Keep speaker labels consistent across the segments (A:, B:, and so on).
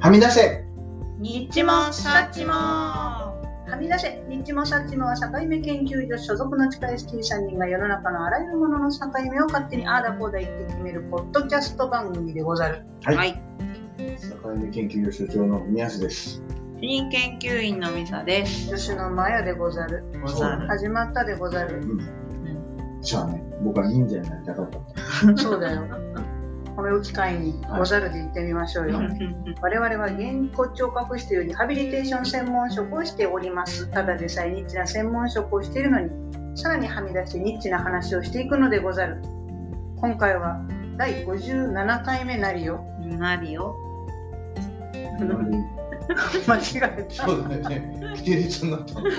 A: はみ出せ
B: ニッチもサッチも
C: はみ出せ、ニッチもシャッチもは境目研究所所属の地下 ST3 人が世の中のあらゆるものの境目を勝手にああだこうだ言って決めるポッドキャスト番組でござる。
A: はい
B: はい。
A: 境目研究所所長の宮瀬です
B: 主任研究員のミサです。
C: 女子のマヤでござる。
B: ござる
C: 始まったでござ
A: う
C: る。
A: んじゃあね僕は忍者になりたかった
C: そうだよ。これを機会にござるで言ってみましょうよ。
A: はい
C: 我々は言骨聴覚士というリハビリテーション専門職をしておりますただでさえニッチな専門職をしているのにさらにはみ出してニッチな話をしていくのでござる今回は第57回目なりよ
B: なるよ。
C: 間違えた
A: そうだよ ね否定率になった
B: 急に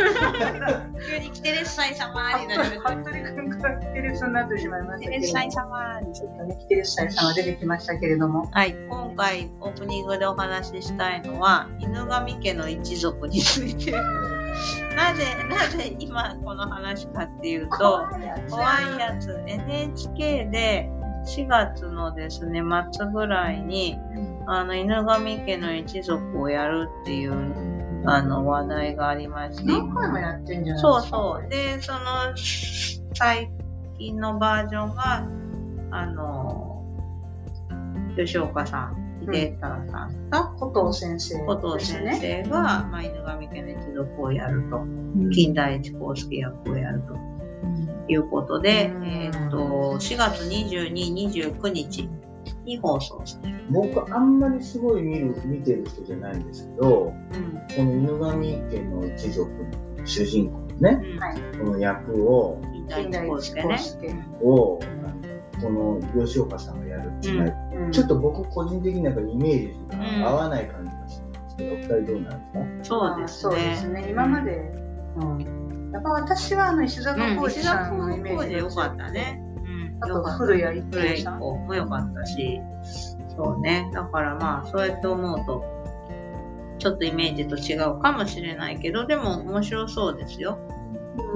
B: 来てれっさい様
C: ハ
B: になる。
C: ットリ君からキテレスになってしまいまし
B: 来
C: た
B: て
C: け
B: れっ
C: れど
B: さい
C: も
B: 様に
C: ちょっとねキテレスサイさんが出てきましたけれども
B: はい、今回オープニングでお話ししたいのは犬神家の一族について なぜなぜ今この話かっていうと
C: いやつ
B: 怖いやつ NHK で4月のですね末ぐらいにあの犬神家の一族をやるっていうあの話題がありまして
C: 何回もやってんじゃない
B: そう
C: ですか
B: そう。で、その、最近のバージョンが、あの、吉岡さん、
C: うん
B: 秀太郎さん、
C: あ古藤先生
B: 後
C: で
B: 藤
C: す
B: 先
C: ね
B: 生が、まあ、犬神家の一族をやると、
A: うん
B: 金田一耕助役をやるということで、
C: うん
B: えっ、と、4月22、29日に放送する。
A: 僕あんまりすごい見る見てる人じゃないんですけど
B: うん。
A: この犬神家の一族の主人公ね
B: うん
C: はい
A: この役を
B: 金田
C: 近
B: 一
C: 代
B: 耕
C: 一
B: 助ね。
C: 助ね
A: をこの吉岡さんがやるっていうのは
C: うん
A: ちょっと僕個人的になんかイメージが合わない感じがしてるんですけど、お二人どうなんですか、
B: そうです
C: あそうです
B: ね。
C: ね。今まで、うん。やっぱ私はあの石坂
B: うん、
C: 浩
B: 石
C: 二さ
B: 田
C: んのイメー
B: 浩
C: ジ
B: 二
C: が
B: 良か
C: 強
B: っ
C: く
B: た
C: て
B: ね。うん、
C: あ
B: 良
C: と
B: かった
C: 古谷一
B: プレ
C: 平
B: イ
C: さん。
B: も良かったし、そうね。だからまあ、そうやって思うと、ちょっとイメージと違うかもしれないけど、でも面白そうですよ。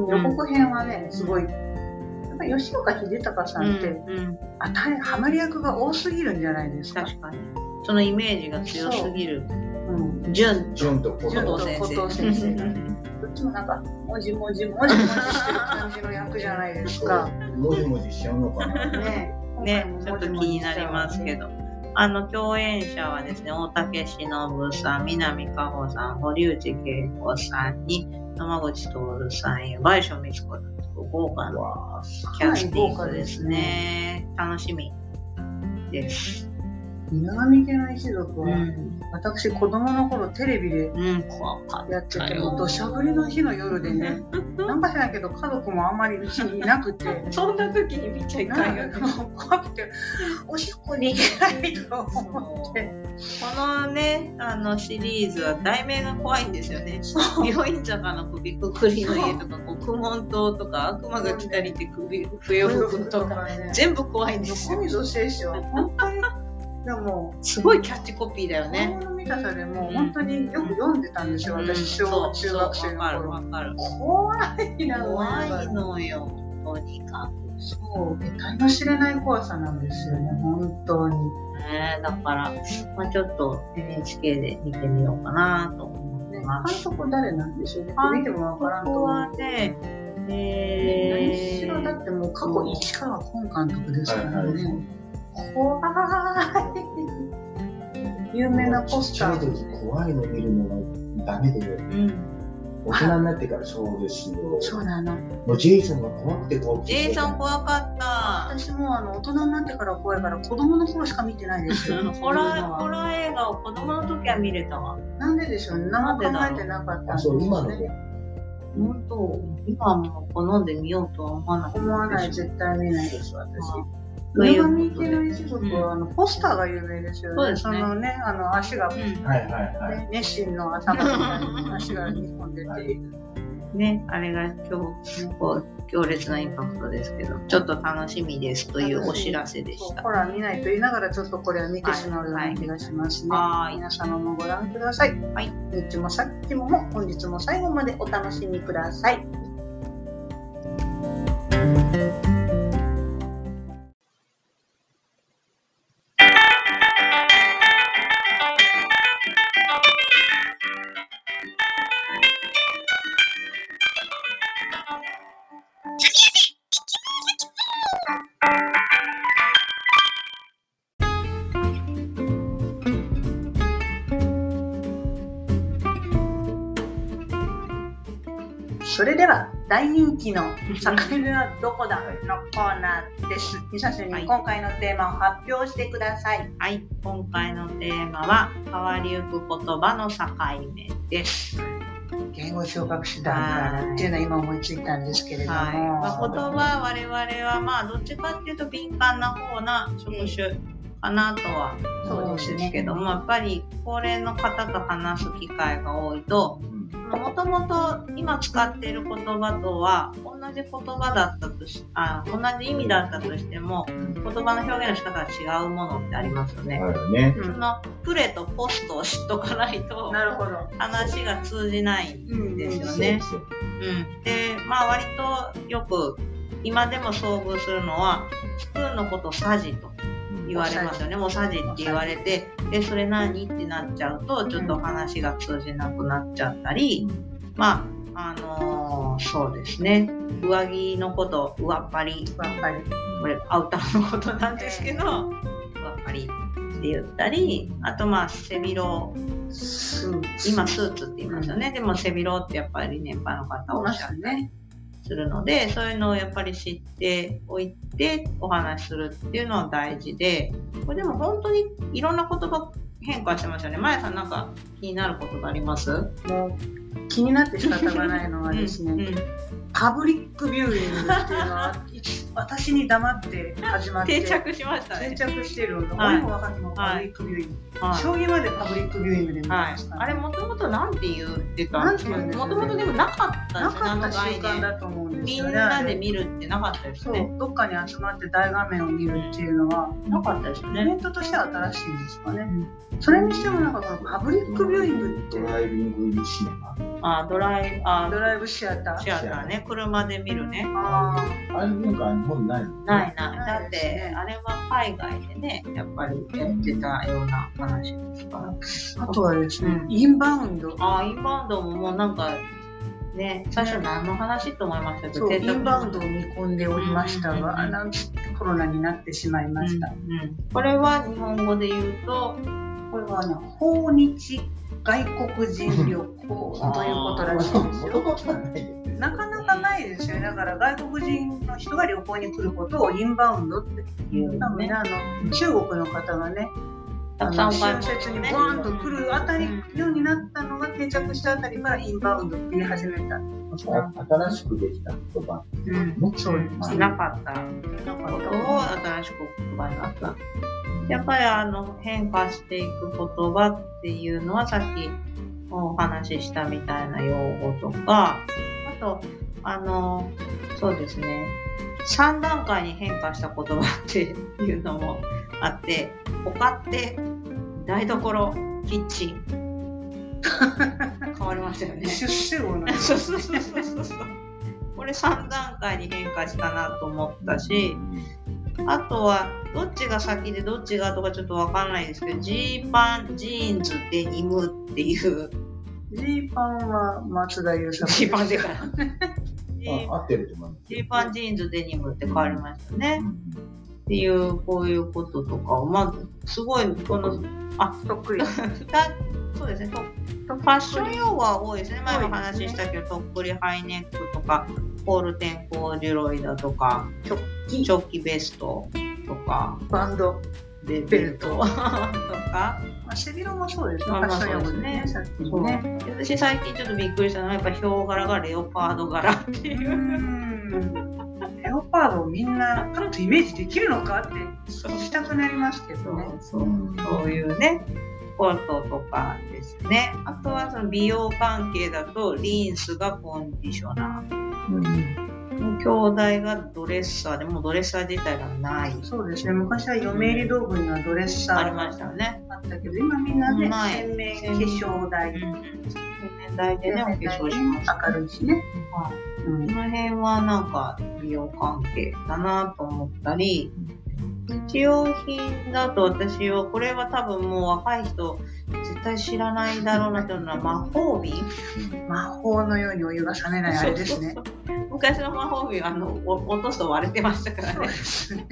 C: 予告編はね、すごい。やっぱ吉岡秀隆さんって、
B: うんうん、
C: あたハマり役が多すぎるんじゃないですか。
B: 確かに。そのイメージが強すぎる。
C: うん。
B: 純
A: ジョンとコ
C: 純
A: ロ
C: と
B: 古藤
C: 古藤
B: 先
C: 先生
B: 生。
C: どっちもなんか、もじもじもじもじしてる感じの役じゃないですか。
A: もじもじしちゃうのかな、
C: ね。
B: ね、ちょっと気になりますけ
C: ど。
B: ど。あの共演者はですね、大竹しのぶさん、南果歩さん、堀内恵子さんに、山口徹さんや、倍賞美津子さんと豪華な
A: わあ
B: キャスティングですね。楽しみです。
C: 犬神家の一族
B: う
C: は、
B: ん、
C: 私子供の頃テレビで
B: うん、怖かっ
C: やって
B: だ
C: て、
B: よ
C: 土砂降りの日の夜 でね、なんか知らんけど家族もあんまりうちにいなくて、
B: た。そんな時に見ちゃい
C: なんかもう怖くて、おしっこに行けないと思って、
B: このね、あのシリーズは題名が怖いんですよね。病院坂の首くくりの家とか、獄門島とか、悪魔が来たりって首、笛を吹くとか、
C: ね、
B: 全部怖いんです
C: 横
B: よ。
C: 溝選手は本当に、でも、
B: すごいキャッチコピーだよ
C: 子
B: ね。
C: 供の見たさでもう本当によく読んでたんですよ、私、小
B: そう
C: 中学
B: そ
C: 生
B: う
C: の
B: わかる
C: 頃。
B: わかる。
C: 怖いな、
B: 怖いのよ、とにかく。
C: そう、得体の知れない怖さなんですよね、本当に。
B: ねえだから、まあ、ちょっと NHK で見てみようかなと思って
C: ね
B: ま
C: 監
B: す。
C: 督誰なんでしょうね、見てもわ
B: こ
C: からんと
B: こ
C: 思う
B: は。ね、
C: 何
B: え
C: しろだ
B: ー、
C: ってもう過去市川本監督ですから
A: はいは
C: ね。怖い。有名なポスタ
A: ちっちゃい
C: ー。
A: 時怖いの見るのがダメで
B: うん、
A: 大人になってからそうですよ
C: そうなの。
A: もうジェイソンが怖くて怖く
B: ジ
A: て
B: ェイソン怖か った。
C: 私もあの大人になってから怖いから子供の頃しか見て ないですよ。
B: ホラー、ホラー映画を子供の時は見れたわ。
C: なんででしょうね。何も考えてなかったん
A: あ
C: です
A: そ
C: よ
A: う今の
C: ね。
B: 本当、今はもう好んで見ようとは思わなかった。
C: 思わない絶対見ないです私。
B: とい
C: 上
B: う
C: 神
B: こと
C: 家
B: で
C: の一族はあのポスターが有名ですよね。
B: そうですね
C: のねあの足がね
B: う
A: はいはいはい
C: 熱心の頭みたいな足が2本出ている。
B: ん、ね、あれが今日、こう強烈なインパクトですけど、ちょっと楽しみですというお知らせで
C: そ
B: し
C: う
B: た。
C: ホラー見ないと言いながらちょっとこれは見てしまうような気がしますね。
B: はいはい
C: 皆様もご覧ください。
B: はい
C: 日もさっきもも本日も最後までお楽しみください。それでは大人気の「境目はどこだ?」のコーナーです。ミサシュ
B: はい
C: に今回のテーマを発表してください。
B: はい、今回のテーマは変わりゆく言葉の境目です。
C: 言語聴覚手段があるっていうのは今思いついたんですけれども、
B: はい、まあ、
A: こ
B: 言葉は我々はまあどっちかっていうと敏感な方な職種かなとは思うんですけども、やっぱり高齢の方と話す機会が多いともともと今使っている言葉とは同じ言葉だったとしあ同じ意味だったとしても言葉の表現の仕方が違うものってありますよね。
A: あるね。
C: うん
B: そのプレとポストを知っとかないと
C: なるほど。
B: 話が通じないんですよね。
A: そうそう
B: うん、でまあ割とよく今でも遭遇するのはスプーンのことサジと言われますよねもうサジって言われてでそれ何ってなっちゃうとちょっと話が通じなくなっちゃったり、まああのーそうですね上着のこと上っ張り
C: やっぱり
B: これアウターのことなんですけど上っ張りって言ったりあとまあ背広
C: スーツ
B: 今スーツって言いますよね、でも背広ってやっぱり年配の方おっしゃる
C: ね。
B: するのでそういうのをやっぱり知っておいてお話しするっていうのは大事でこれでも本当にいろんな言葉変化してますよねまやさんなんか気になることがあります
C: もう気になって仕方がないのはですね、
B: うんうん
C: パブリックビューイングっていうのは私に黙って始まって
B: 定着しました
C: 定
B: ね、
C: 着してるのが、
B: はい
C: 俺も分かってもパブリックビューイング、将
B: は
C: 棋までパブリックビューイングで見
B: い
C: て
B: はい
C: ました、、
B: あれもともと何て言ってた
C: なんん
B: で
C: て
B: す
C: 言
B: か
C: うんです
B: も
C: かね
B: ともとでもなかったん
C: な
B: ですよ
C: か
B: あの概
C: った習
B: 念
C: 慣だと思うんです
B: み
C: よ
B: ん
C: ね
B: な
C: あ
B: で
C: れ
B: 見るってなかったですよ
C: そ
B: ね
C: うどっかに集まって大画面を見るっていうのは
B: なかったですよ
C: イベ
B: ね
C: ントとしては新しいんですかね、それにしてもなんかこのパブリックビューイングって
A: ドライビングシネマ。
B: あドライあ
C: ドライブシアター
B: シアターね車で見るね
C: あ
A: あれなんか日本ないの
B: ないない。だ
C: ない
B: っ
C: ですね
B: て、あれは海外でね、やっぱりやってたような話ですから。
C: ーあとはですね、
B: うん
C: インバウンド
B: ああ、インバウンドももうなんか、ね、最初何の話と思いましたけど、
C: そうイ
B: 定着
C: ンバウンドを見込んでおりました
B: うんうんうんう
C: が、
B: ん
C: なんコロナになってしまいました。
B: うんうんこれは日本語で言うと、
C: これはね、訪日外国人旅行ということらしいんですよ。
A: 男はないよね
C: なかなかないですよね。だから外国人の人が旅行に来ることをインバウンドって言う。多分ね、あの中国の方がね、
B: たくさん
C: あ
B: お
C: の
B: 買い物
C: 春節に
B: ね
C: ボーンと来るあたりようになったのが定着したあたりからインバウンドって言い始めた。
A: 新しくできた言葉。
C: うんそうです
B: しなかったことを新しく言葉になった。やっぱりあの変化していく言葉っていうのはさっきお話ししたみたいな用語とか、あと、あの、そうですね、3段階に変化した言葉っていうのもあって、おかって、台所、キッチン。変わりましたよね。
C: 出世語なんです
B: そうそうそうそうそうそう。これ3段階に変化したなと思ったし、あとはどっちが先でどっちが後かちょっとわかんないですけど、ジーパン、ジーンズ、デニムって いう、
C: ジーパンは松田優作。
B: ジーパンでから。ジー
A: あ合ってると思います。
B: ジーパン、ジーンズ、デニムって変わりましたね。
A: うん
B: っていう、こういうこととかを、まあ、すごい、この、
C: とっくり。
B: ふたそうですね、とファッション用語は多いですね。前も話したけど、とっくりハイネックとか、ポール天候デュロイだとか、
C: 直
B: チョッキベストとか、
C: バンド。
B: ベ
C: ベルト
B: とか、
C: まあ、背広もそうですね。
B: まあ
C: フ
B: ま
C: ァ
B: あ
C: ッション用語でね、さっきのね。
B: 私最近ちょっとびっくりしたのは、やっぱヒョウ柄がレオパード柄って
C: う
B: いう。
C: ん。レオパードをみんなパッとイメージできるのかって
B: そう
C: 聞きたくなりますけどね。
B: そうそういうね、こととかですね。あとはその美容関係だと、リンスがコンディショナー。
A: うん
B: 兄弟がドレッサーで、もうドレッサー自体がない。
C: そうですね。昔は嫁入り道具にはドレッサ
B: あり
C: ー
B: ま
C: が
B: したよね。
C: あったけど、今みんなね
B: ない、
C: 洗面化粧
B: う
C: 台。
B: ん。年代でね、お化粧します。
C: 明るいしね。
B: はい
C: うん
B: この辺はなんか美容関係だなと思ったり、日用品だと私は、これは多分もう若い人絶対知らないだろうなというのは魔法瓶
C: 魔法のようにお湯が冷めないあれですね
B: そ。うそうそう昔の魔法瓶はあのお落とすと割れてましたから
C: そう
B: ね
C: で。すね。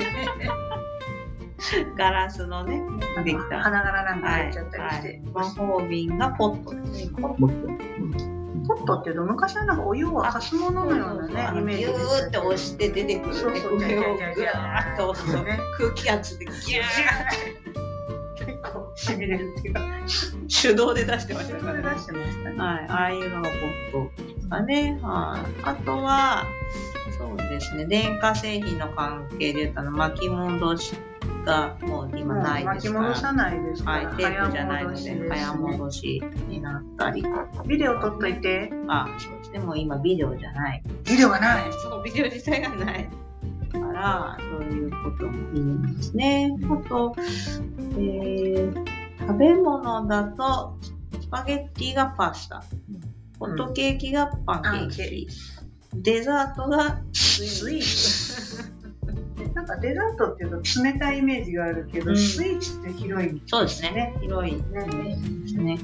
B: ガラスのね、できた。
C: 花柄なんか
B: は
C: 入
B: い
C: っちゃったりして。
B: はい魔法瓶がポットですね。
A: もっとうん
C: ポットっていうと昔はなんかお湯を沸かすもののようなねイメージ
B: ギューって押して出てくるね
C: そうそ
B: 上
C: う
B: をギューっと押すと
C: ね
B: 空気圧でギュ ー って
C: 結構しびれるっていうか
B: 手動で出してま
C: そ
B: した
C: れ
B: から
C: 出
B: ね。
C: してましたね
B: はい、ああいうのがポップですかね。はい。あとは、そうですね、電化製品の関係で言ったら巻き戻しがもう今ない
C: 巻
B: で
C: き
B: すか
C: 戻さ
B: ら。
C: ないですか
B: はい
C: ら、
B: テープじゃないの
C: 戻しです
B: で
C: ね
B: 早戻しになったり
C: ビデオ撮っといて
B: あそうですねもう今ビデオじゃない
C: ビデオがない
B: そのビデオ自体がないからそういうこともいいんですねあと、えー食べ物だとスパゲッティがパスタホットケーキがパンケーキ、デザートが
C: スイーツなんかデザートっていうと冷たいイメージがあるけど、
B: うん
C: スイーツって広い
B: そうですね
C: ね
B: 広い
C: ね
B: ですね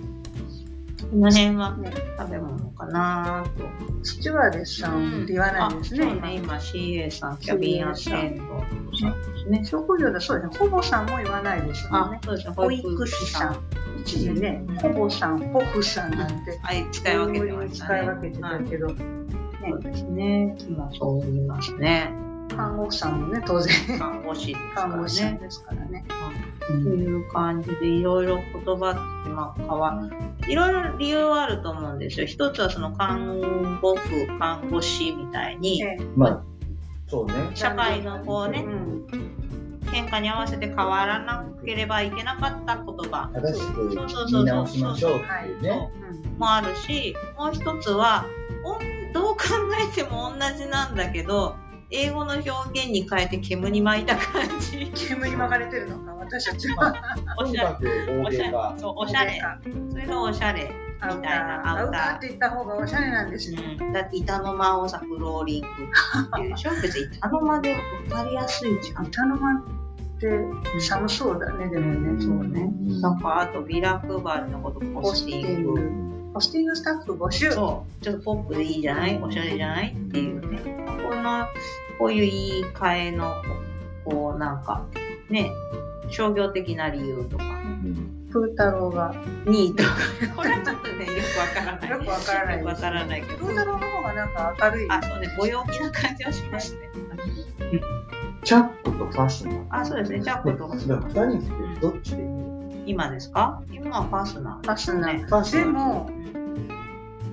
B: この辺は
C: ね
B: 食べ物かなと
C: スチュワーデスさんって言わないですね,、
B: あそうね、今 CA さん、キャビンアシェントさんですね。
C: 職業だそうですね保護さんも言わないですよ
B: あ
C: ね、
B: そうですね、
C: 保育士さ。ん一時ね
B: うん
C: 保護さん保護さんなんて
B: はい、使い分けてましたね。
C: 使い分けてたけど、
B: はいそうですね、今そう言いますね。
C: 看護師さんもね当然
B: 看護師ですか
C: 看
B: ら
C: 護師さん
B: ね。
C: ですからね
A: う
B: と
A: ん
B: いう感じで、いろいろ言葉って、まあ、変わいろいろ理由はあると思うんですよ。一つはその看護婦、看護師みたいに、
C: ええ
A: まあそうね
B: 社会のこうね、
C: ん
B: 変化に合わせて変わらなければいけなかった言葉。
A: 正しく
B: そうそうそうそう
A: 見直しましょうっていう
B: そう
A: ね
B: もあるしもう一つはおんどう考えても同じなんだけど英語の表現に変えて煙に巻いた感じ
C: 煙に巻かれてるのか私たちは
B: お
A: とに
B: し
A: か
B: ゃ
A: く
B: れ
A: 欧
B: おし
A: 米
B: ゃれ
A: が
B: そうおしゃれそれがおしゃれ、
C: アウター
B: ア
C: ア
B: ウタ
C: ウタ
B: ー
C: ーって言った方がおしゃれなんですね、
B: うん、だって板の間をさフローリングっていうでしょ別に板の間で分かりやすいじゃん、
C: 歌の間って寒そうだねでもね、
B: そうね
A: ん
B: なんかあとビラ配りのことポスティング
C: ポスティングスタッフ募集
B: そうちょっとポップでいいじゃないおしゃれじゃないっていうねこのこういう言い換えのこうなんかね商業的な理由とか
A: うん
C: 風太郎が
B: にとか これはちょっとねよくわからない
C: よくわからない
B: よくわからないけど
C: 風太郎の方がなんか明るい
B: あそうねご陽気な感じはしますね
A: チャックとファスナー
B: あそうですねじゃあこ
A: ね
B: れどう
A: だから二人ってどっちでいい
B: 今ですか今はファスナー
C: ファスナー
A: ファスナ
C: で
A: ー
C: も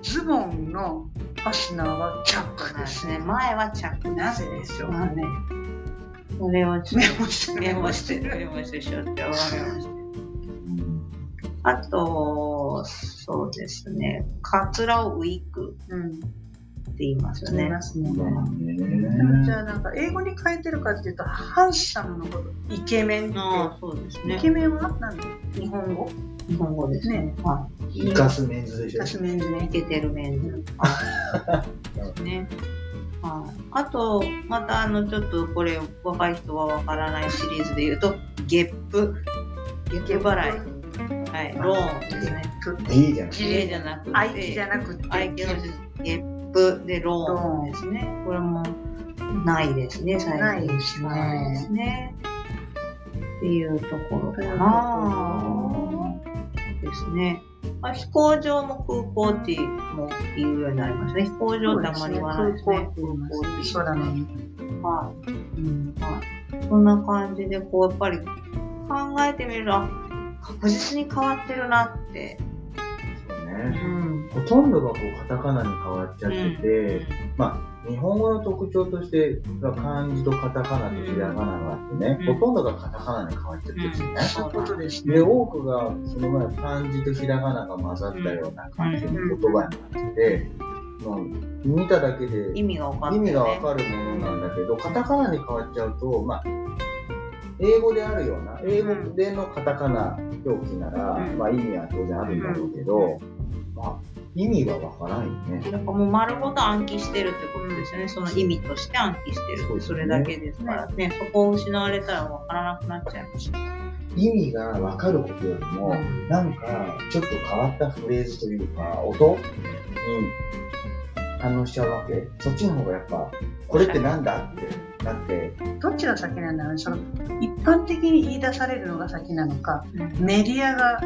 C: ズボンのファスナーはチャック
B: なん
C: で
B: ですす
C: ね
B: ね前はチャック
C: なぜでしょう
B: まあねこれをちょっ
C: メ
B: と
C: モして
B: メモしてメモしてしようって思いました
A: うん
B: あと、そうですね、カツラをウィーク
C: うん
B: って言いますよ
C: 見
B: ね。
C: ますね
A: そうだね
C: じゃあなんか英語に変えてるかっていうとハンサムのことイケメンって
B: ああ、そうです
C: イ
B: ね
C: ケ。メンは何だ日本語
B: 日本語ですね。
C: ね
B: はい。
A: イカスメンズでしょ
C: 私メンズね
B: イケてるメンズ。ですね。はい。あと、またあの、ちょっとこれ、若い人はわからないシリーズで言うと、ゲップ。ゲップ払い。はい。ローンですね。
A: いいじゃん
B: 事例じゃなくて、
C: 相手じゃなくて
B: 相手のゲップでローンですね。これもないですね、
C: な
B: 最
C: い
B: 近
C: で
B: し
C: すね
B: ないですね。っていうところかな。ですね。まあ、飛行場も空港っても言うようになりましたね。飛行場ってあんまり言わないですね。
C: そうだね。
B: はい、うんはい。そんな感じで、こう、やっぱり考えてみると、あ確実に変わってるなって。
A: そう
B: う
A: ね
B: ん。
A: ほとんどがこうカタカナに変わっちゃってて、日本語の特徴としては漢字とカタカナとひらがながあってね、
B: うん
A: ほとんどがカタカナに変わっちゃってるんですよね。
C: そういうことですね
A: で、。多くがその前漢字とひらがなが混ざったような感じの言葉になってて、もう見ただけで
B: 意味が分かって
A: 意
B: る、ね。
A: 味がわかるものなんだけど、カタカナに変わっちゃうと、まあ、英語であるような、英語でのカタカナ表記なら、
B: うん
A: まあ意味は当然あるんだろうけど、まあ、意味はわからんよね。
B: なんかもう丸ごと暗記してるってことですよね、その意味として暗記してる
A: そうですね
B: それだけですからねそこを失われたら分からなくなっちゃいます
A: 意味がわかることよりも、なんかちょっと変わったフレーズというか音に反応しちゃうわけそっちの方がやっぱこれってなんだってなって
C: どっちが先なんだろうねその一般的に言い出されるのが先なのか、メディアが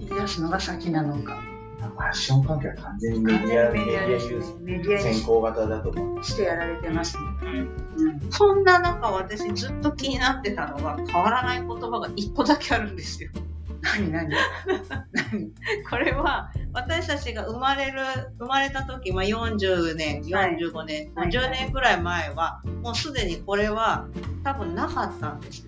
C: 言い出すのが先なのか。
A: なんファッション関係は完全にメディア、メディアユース、
C: メディア
A: 先行型だと思う。
C: してやられてますね。うん
B: そんな中私ずっと気になってたのが変わらない言葉が一個だけあるんですよ。
C: 何何何
B: これは私たちが生まれる生まれた時、まあ、40年
C: はい
B: 45年、
C: はい
B: 50年くらい前はもうすでにこれは多分なかったんです。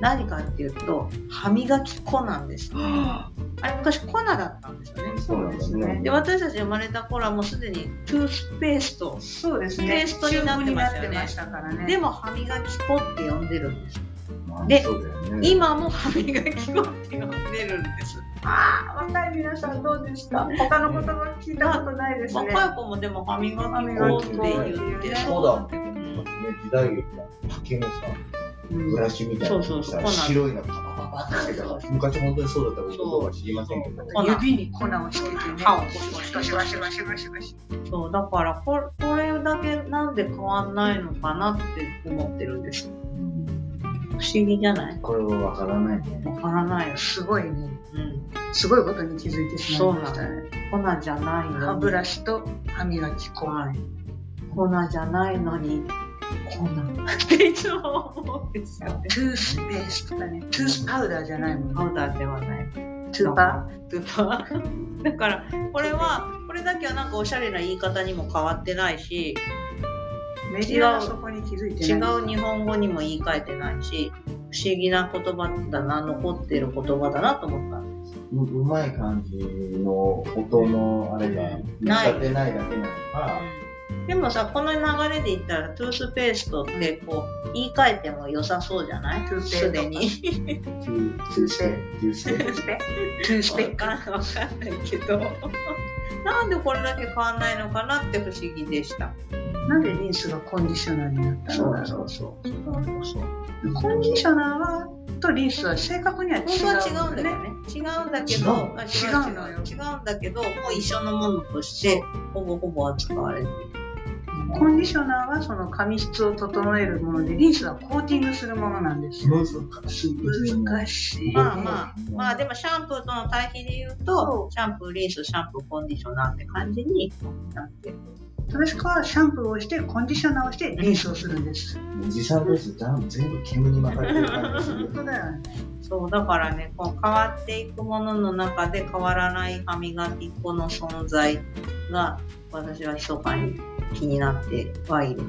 B: 何かっていうと歯磨き粉なんです。あれ昔粉だったんですよね。
A: そうなんですね。
B: で私たち生まれた頃はもうすでにトゥースペースと
C: そうですね。
B: ペーストになってましたよね
C: 中古になってましたからね。
B: でも歯磨き粉って呼んでるんです。
A: まあ
B: で
A: そうだよね。
B: 今も歯磨き粉って呼んでるんです。
C: あー若い皆さんどうですか他の言葉聞いたことないですね。
B: 若い子もでも歯磨き粉って言って
A: そうだ。ね、時代劇だ。竹のさ、ブラシみたいなのさ
B: そうそうそう
A: 白いのパパパパってか昔本当にそうだったことは知りませんけど。
C: あと指に粉をしててね。
B: 歯を
C: ゴシゴシゴシゴシゴシゴシゴシ。
B: そうだからこれこれだけなんで変わんないのかなって思ってるんです不思議じゃない
A: これはわからないね。
B: わからないよ、
C: すごいね。
B: うん、
C: すごいことに気づいてしまいましたね。
B: 粉じゃない
C: 歯
B: の
C: ブラシと歯磨き粉。
B: はい粉じゃないのに粉 っていつも思うんですよね
C: トゥースペースとかね。トゥースパウダーじゃないもんね。
B: パウダーではない
C: トゥーパ
B: トゥーパー だからこれはこれだけはなんかおしゃれな言い方にも変わってないし
C: ー。メディアはそこに気づいて
B: 違
C: ない。
B: う日本語にも言い換えてないし不思議な言葉だな残ってる言葉だなと思った
A: ううまい感じの音のあれが
B: ない
A: 立てないだけなのか、
B: でもさこの流れで言ったらトゥースペーストってこう言い換えても良さそうじゃない
C: トゥースペース
B: すでに
A: 中
C: 中性
A: 中
C: トゥ
A: 性
C: ースペトゥースペ
B: わかんわかんないけど なんでこれだけ変わんないのかなって不思議でした
C: なんでリンスがコンディショナーになったのだろう。
B: そうそうそう
C: コンディショナーはとリンスは正確には違う、
B: 本当は違うんだよね。違うんだけ
A: 違う
B: ど、あ
C: 違うのよ
B: 違うんだけど、もう一緒のものとして、ほぼほぼ扱われてる。
C: コンディショナーはその髪質を整えるもので、リンスはコーティングするものなんです。
A: 難しい。
C: 難しい。
B: まあまあ、まあでもシャンプーとの対比で言う
C: そ
B: と、シャンプー、リンス、シャンプー、コンディショナーって感じになってる。
C: 正しくはシャンプーをして、コンディショナーをして、リンスをするんです。
A: おじさんとして全部煙に巻かれてる感じする
C: 本。当だよね。
B: そう、だからね、こう変わっていくものの中で変わらない歯磨き粉の存在が、私は密かに気になってはいる。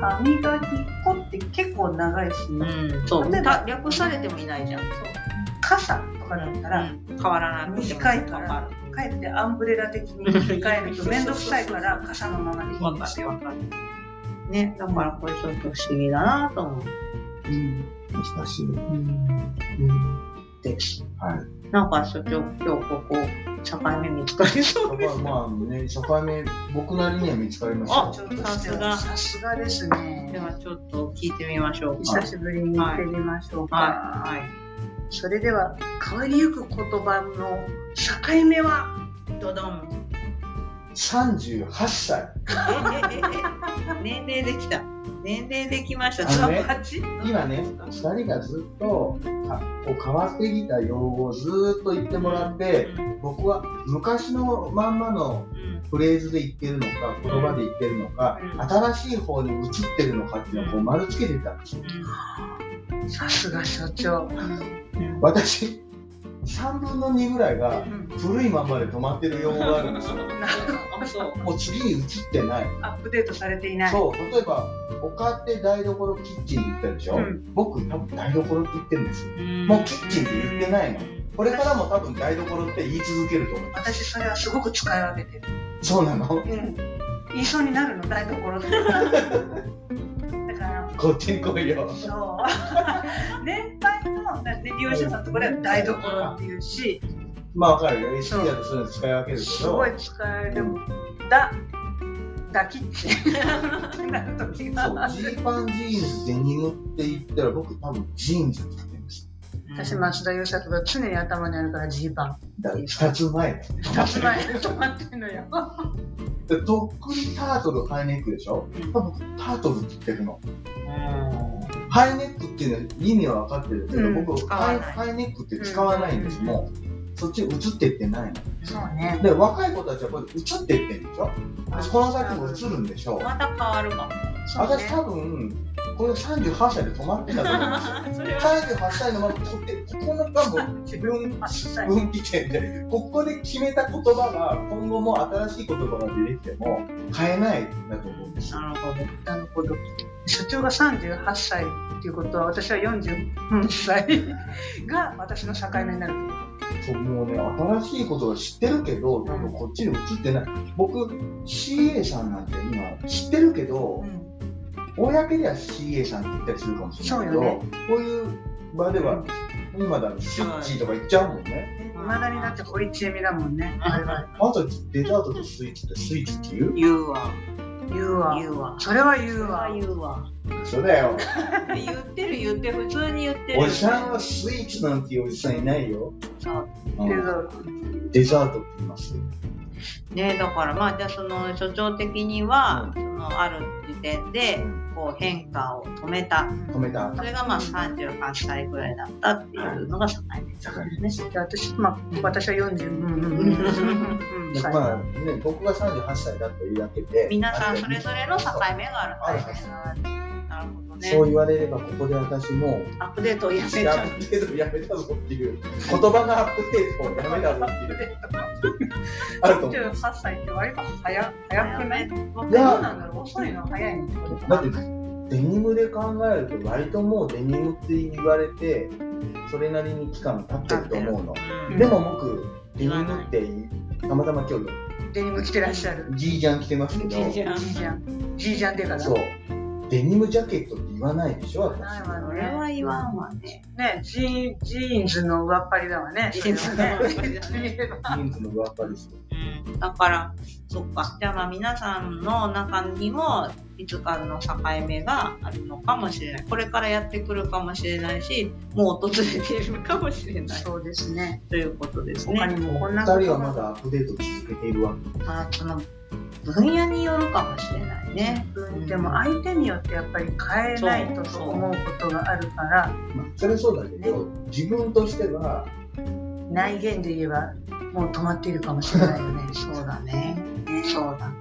C: 歯磨き粉って結構長いし、
B: うん、そう。
C: 例えば
B: た略されてもいないじゃん。そう
C: 傘とかだったら、
B: うん変わらなくても
C: 短いから
B: わ
C: かえってアンブレラ的に切り替えると面倒くさいから、傘のままでいいんですよ。
B: かるねだからこれちょっと不思議だなと思う、
A: 難しい。
B: うんです
A: はい。
B: なんか所長今日ここ境目見つかりそうで
A: だから
B: す
A: まあね、初回目、僕なりには見つかりまし
B: あ
A: た。
C: ちょっと
B: さすが
C: さすがで す
B: で
C: ね。
B: はちょっと聞いてみましょうか
C: 久しぶりに行ってみましょうか。
B: はいはい
C: それでは変わりゆく言葉の境目は
B: ドドン
A: 38歳。
B: 年齢できた年齢できました
A: あのね
B: 18
A: 今ね、2人がずっとかこう変わってきた用語をずっと言ってもらって、
B: うん
A: 僕は昔のまんまの
B: うん
A: フレーズで言ってるのか、言葉で言ってるのか、
B: うん
A: 新しい方に移ってるのかっていうのをこう丸つけてたんですよ。
C: さすが所長、
B: うん
A: 私、3分の2ぐらいが古いまんまで止まってる用語があるんです よ。
B: あそう
A: もう次に移ってない。
C: アップデートされていない
A: そう、例えば、丘って台所キッチンって言ったでしょ、
C: うん
A: 僕、多分台所って言ってるんですよ。もうキッチンって言ってないの。これからも多分台所って言い続けると思う。
C: 私それはすごく使い分けてる、
A: そうなの
C: 言いそうになるの台 所ってだから
A: こっちに来いよ。
C: そう 年配のね利用者さんのところでは台所っていうし
A: まあわかるよ。意識だとそういうの使い分けるけど。
C: すごい使えでもだだキッチンってなるとき
A: そう
C: が、
A: ジーパン、ジーンズ、デニムって言ったら僕多分ジーンズって言ってるんですよ。
C: 私松田優作が常に頭にあるからジーパン
A: だから二つ前だ。
C: 二つ前に止まってんのよ。
A: でとっくりタートル、ハイネックでしょ多分僕タートルって言ってるの。ハイネックっていうのは意味は分かってるけど、
C: うん
A: 僕
B: 使わ
A: ハ
B: な
A: イ
B: い
A: ハイネックって使わないんです、
B: うん
A: もうそっちに移っていってないの。
C: そうね。
A: で、若い子たちはこれ移っていってるでしょ私この先も移るんでしょう。
B: また変わるかも。
C: そう
A: 私
C: ね。
A: 多分、これ38歳で止まってたと思います。
B: それは
A: 38歳のまま取って、ここの多 分、分
C: あ、そうね。
A: 分岐点で、ここで決めた言葉が、今後も新しい言葉が出てきても、変えないんだと思うんですよ。
B: なるほど。
C: なるほど。所長が38歳っていうことは、私は44歳が私の境目になる。
A: そうもうね、新しいことを知ってるけど、でもこっちに移ってない。僕、CA さんなんて今、知ってるけど
C: う、ん。
A: 公では CA さんって言ったりするかもしれないけど、
C: そうよね
A: こういう場では、今だとスイッチとか言っちゃうもんね。
C: いまだにだって堀ちえみだもんね。はいはい。
A: あとデザートとスイッチってスイッチって言う
B: 言うわ。
C: 言うわ。
B: 言うわ。
C: それは言
B: 言
C: う
B: うわ
C: わ。。
B: 言うわ。
A: そうだよ。
B: 言ってる言ってる普通に言ってる。
A: おじさんはスイーツなんていうおじさんいないよ。
B: そう
C: っていう
A: うん
C: か
A: デザートって言います。
B: ねだからまあじゃあその所長的には、そのある時点でこう変化を止めた。
A: 止めた。
B: それがまあ38歳ぐらいだったっていうのが境目 です
A: 境
B: ね。
C: で私、まあ、私は40、うんうんうんうんうんうん、
A: まあね、僕が38歳だというだけで、
B: 皆さんそれぞれの境目があるんですね。なるほど
A: そう
B: ね。
A: 言われれば、ここで私も、
B: アップデートをやめち
A: ア
B: ゃう。
A: ップデートやめたぞっていう、言葉のアップデートをやめたぞって いう、あると思う。
C: 48歳って割と早早くない
B: ど
C: どうなんだろう遅いの早いの
A: だって、デニムで考えると、割ともうデニムって言われて、それなりに期間経ってると思うの。
C: る
A: でも僕、デニムって、たまたま今日、
C: デニム着てらっしゃる
A: ジージャン着てますけど、
B: ジ
C: じいじゃんじいじゃんでか
A: そう。デニムジャケットって言わないでしょ、
C: ない
A: 私。
C: わ
B: それ
C: ね
B: は言わんわね。
C: ねジージーンズの上っ張りだわね
B: ジーンズの上っ張りだね
C: ね
A: ジーンズの上っ張り ですよ。
B: うんだから、そっか。じゃあまあ皆さんの中にも、いつかの境目があるのかもしれない。これからやってくるかもしれないし、もう訪れているかもしれない。
C: そうですね
B: ということです
C: 他
B: ね。
C: にもこん
A: 二
C: な
A: 人
C: こ
A: は
C: と
A: ま
C: も
A: だアップデート続けているわ
B: まあ、その、分野によるかもしれないね。
C: でも相手によってやっぱり変えないとと思うことがあるから
A: け。まあ、それはそうだけど、自分としては、
C: 内言で言えばもう止まっているかもしれないよね
B: そうだね。そうだね。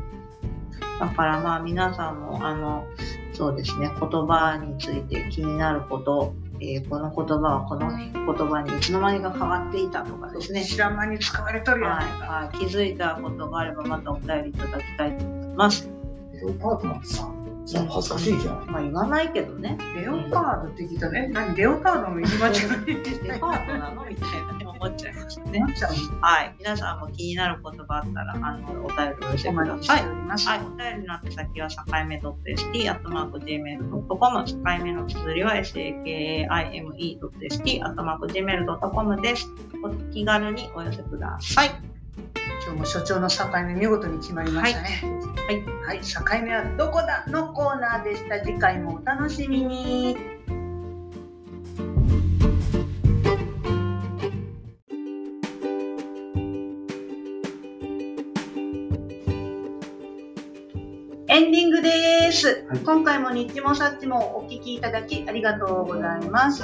B: だからまあ皆さんも、あの、そうですね、言葉について気になること、えーこの言葉はこの言葉にいつの間にか変わっていたとかですね、
C: 知らん間に使われとるやないか
B: はい、気づいたことがあればまたお便りいただきたいと思います。
A: レオパートナーさん、さ恥ずかしいじゃん。
B: まあ言わないけどね。
C: レオパードって聞いたね。何レオパードの入り間違いって
B: デパートなのみたいなね思っちゃいましたね
C: な。っちゃう。
B: はい。皆さんも気になる言葉あったら、あの、お便りを寄せてく
C: お待
B: だ
C: ち
B: さ
C: し
B: い
C: て。おります。
B: はい、お便りの宛先は境目 .st、アットマーク gmail.com、境目の綴りは sakaime.st、アットマーク gmail.com です。お気軽にお寄せください。
C: 今日も所長の境目見事に決まりましたね。
B: はい
C: はい、境目はどこだのコーナーでした。次回もお楽しみに。エンディングです、
A: はい
C: 今回もニッチもサッチもお聞きいただきありがとうございます。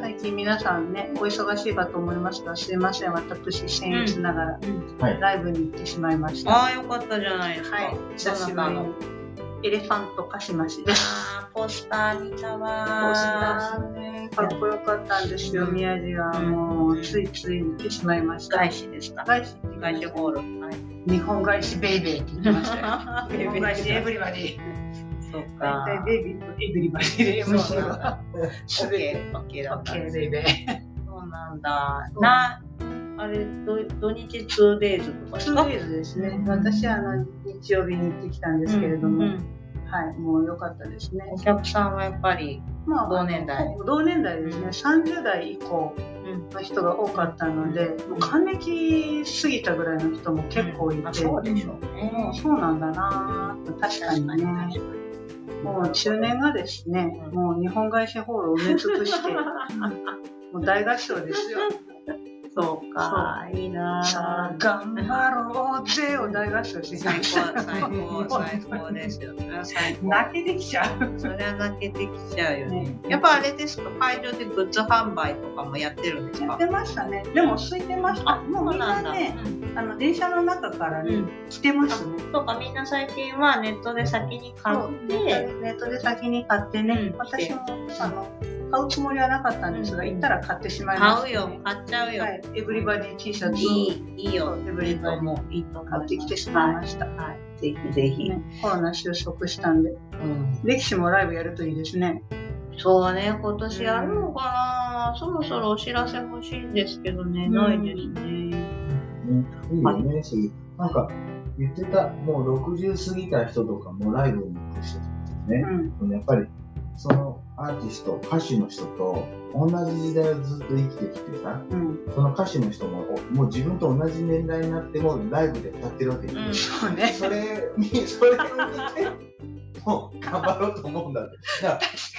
C: 最近皆さんね、お忙しいかと思いますが、すいません、私、僭越ながら、
A: はい
C: ライブに行ってしまいました。
B: ああ、よかったじゃないですか。
C: はい、久しぶりに。エレファントカシマシです。
B: あーポスター見たわー。
C: ポスターね、かっこよかったんですよ、
B: うん
C: 宮地が。もう、ついつい行ってしまいました。
B: 外資でした。
C: 外資って言いま
B: 外
C: し
B: 資
C: た
B: ホール。はい。
C: 日本外資ベイベーって言ってましたよ。 日本外資エブリバディ。
B: そうか。
C: 大体ベイビーとエブリバディで
B: そ
C: MC
B: うなん
C: は。
B: だ。オ
C: す
B: ッ
C: べ
B: ケ
C: て。
B: ー、オッケーだった。
C: ベイベー。
B: そうなんだ。
C: そう
B: な、あれ、ど土日 2days とかです
C: ツ
B: か
C: ーデイズですね。私あの日曜日に行ってきたんですけれども、
B: うんうん
C: はい、もう良かったですね。
B: お客さんはやっぱり、
C: ま
B: 同年代
C: 同年代ですね。
B: うん
C: 30代以降
B: うん
C: の人が多かったので、もう還暦過ぎたぐらいの人も結構いて、
B: まあそうでしょう
C: もう
B: ね。
C: そうなんだなぁと確かにね。もう中年がですね、
B: うん
C: もう日本外資ホールを埋め尽くして、もう大合唱ですよ。
B: そうか、いいな
C: さあ
B: ぁ
C: 頑張ろうぜを大合唱して
B: 最高、最高、最高ですよ。それは最高。
C: 泣けてきちゃう、
B: それは泣けてきちゃうよね。やっぱあれですか、会場でグッズ販売とかもやってるんです
C: やっ
B: か
C: てましたねでも空いてましたもうみんな
B: う
C: ね
B: ん
C: あの電車の中からね、
B: うん
C: 来てますね
B: そうか、みんな最近はネットで先に買
C: そう
B: っ
C: ネ
B: て、
C: ットで先に買ってね、
B: うん
C: 私もあの買うつもりはなかったんですが、
B: うん
C: 行ったら買ってしまいました、
B: 買うよ、買っちゃうよ
C: は。い、エブリバディ T シャツを
B: いい、いいよ。
C: エブリバディ
B: いいと思
C: 買ってきてしまいました、
B: はい、ぜひぜひ。
C: ねコロナ収束したんで
B: うん
C: 歴史もライブやるといいですね
B: そうね、今年やるのかな、そろそろお知らせ欲しいんですけどね、
C: うん
B: ないですね。
A: ね、いいよね、し、なんか言ってた、もう60過ぎた人とかもライブに行く人とか
C: う
A: ね、
C: ん
A: やっぱりそのアーティスト、歌手の人と同じ時代をずっと生きてきてさ、
C: うん
A: その歌手の人ももう自分と同じ年代になってもライブで歌ってるわけじゃん
B: うん
C: そうね
A: それに、それを見 て、もう頑張ろうと思うんだって。だか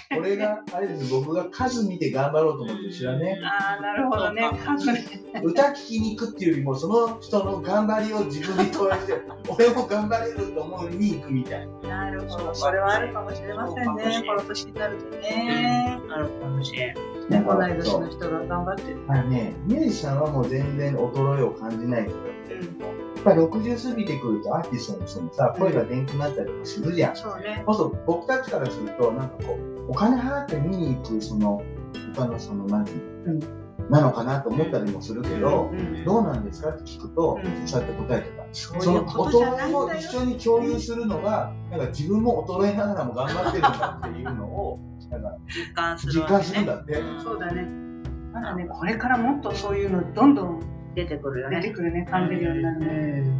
A: ら、俺が、あれです、僕が数見て頑張ろうと思って、知らね、
C: ああなるほどね
B: そうか
C: 数 ね
A: 歌聞きに行くっていうよりも、その人の頑張りを自分に投影して、俺も頑張れると思うに行くみたいな。
C: なるほどそれはあるかもしれませんねこの年になるとね
B: あるかもしれん。
A: だか
C: 同い
A: ら、
C: 年
A: そう
C: の。人が頑張ってる
A: あのね、ミュージシャンはもう全然衰えを感じないけど、やっぱ60過ぎてくるとアーティストの人もさ、声がでんくなったりもするじゃん。
C: そうね
A: こそ僕たちからするとなんかこうお金払って見に行くその他のその何ていうの、なのかなと思ったりもするけど、
C: うん
A: どうなんですかって聞くと、
C: うん
A: そうやって答えてた
C: そう
A: そ
C: い
A: の
C: うことじゃ
A: 衰
C: ない
A: え
C: ん
A: を
C: だよ
A: 一緒に共有するのがなんか自分も衰えながらも頑張ってるんだっていうのをなんか
B: 実感する
A: 実
B: わけ、ね。
A: 感するんだって。
C: そうだねなんかねこれからもっとそういうのどんどん
B: 出てくるよ
C: 出て
B: ね。
C: くるね、感じるようになるね。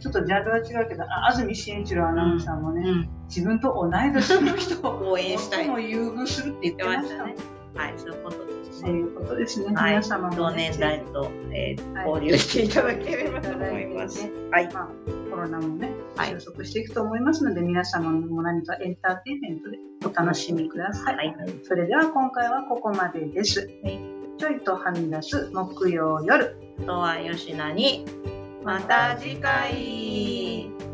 C: ちょっとジャンルは違うけど、あ安住紳一郎アナウンサーも
B: う
C: ね、
B: ん、
C: 自分と同い年の人を
B: 応援したい
C: 最も優遇するって言ってましたね。
B: はい、そういうことです
C: そう
B: ね。
C: いうことですね。
B: はい
C: 皆様も
B: 同
C: ね、
B: 年代と、えー
C: はい
B: 交流していただければと思います。はい、
C: まあ、コロナもね、
B: はい
C: 収束していくと思いますので、皆様も何かエンターテインメントでお楽しみください。
B: はい
C: それでは今回はここまでです。
B: はい
C: ちょいとはみ出す木曜夜。
B: あとは吉菜に、また次回。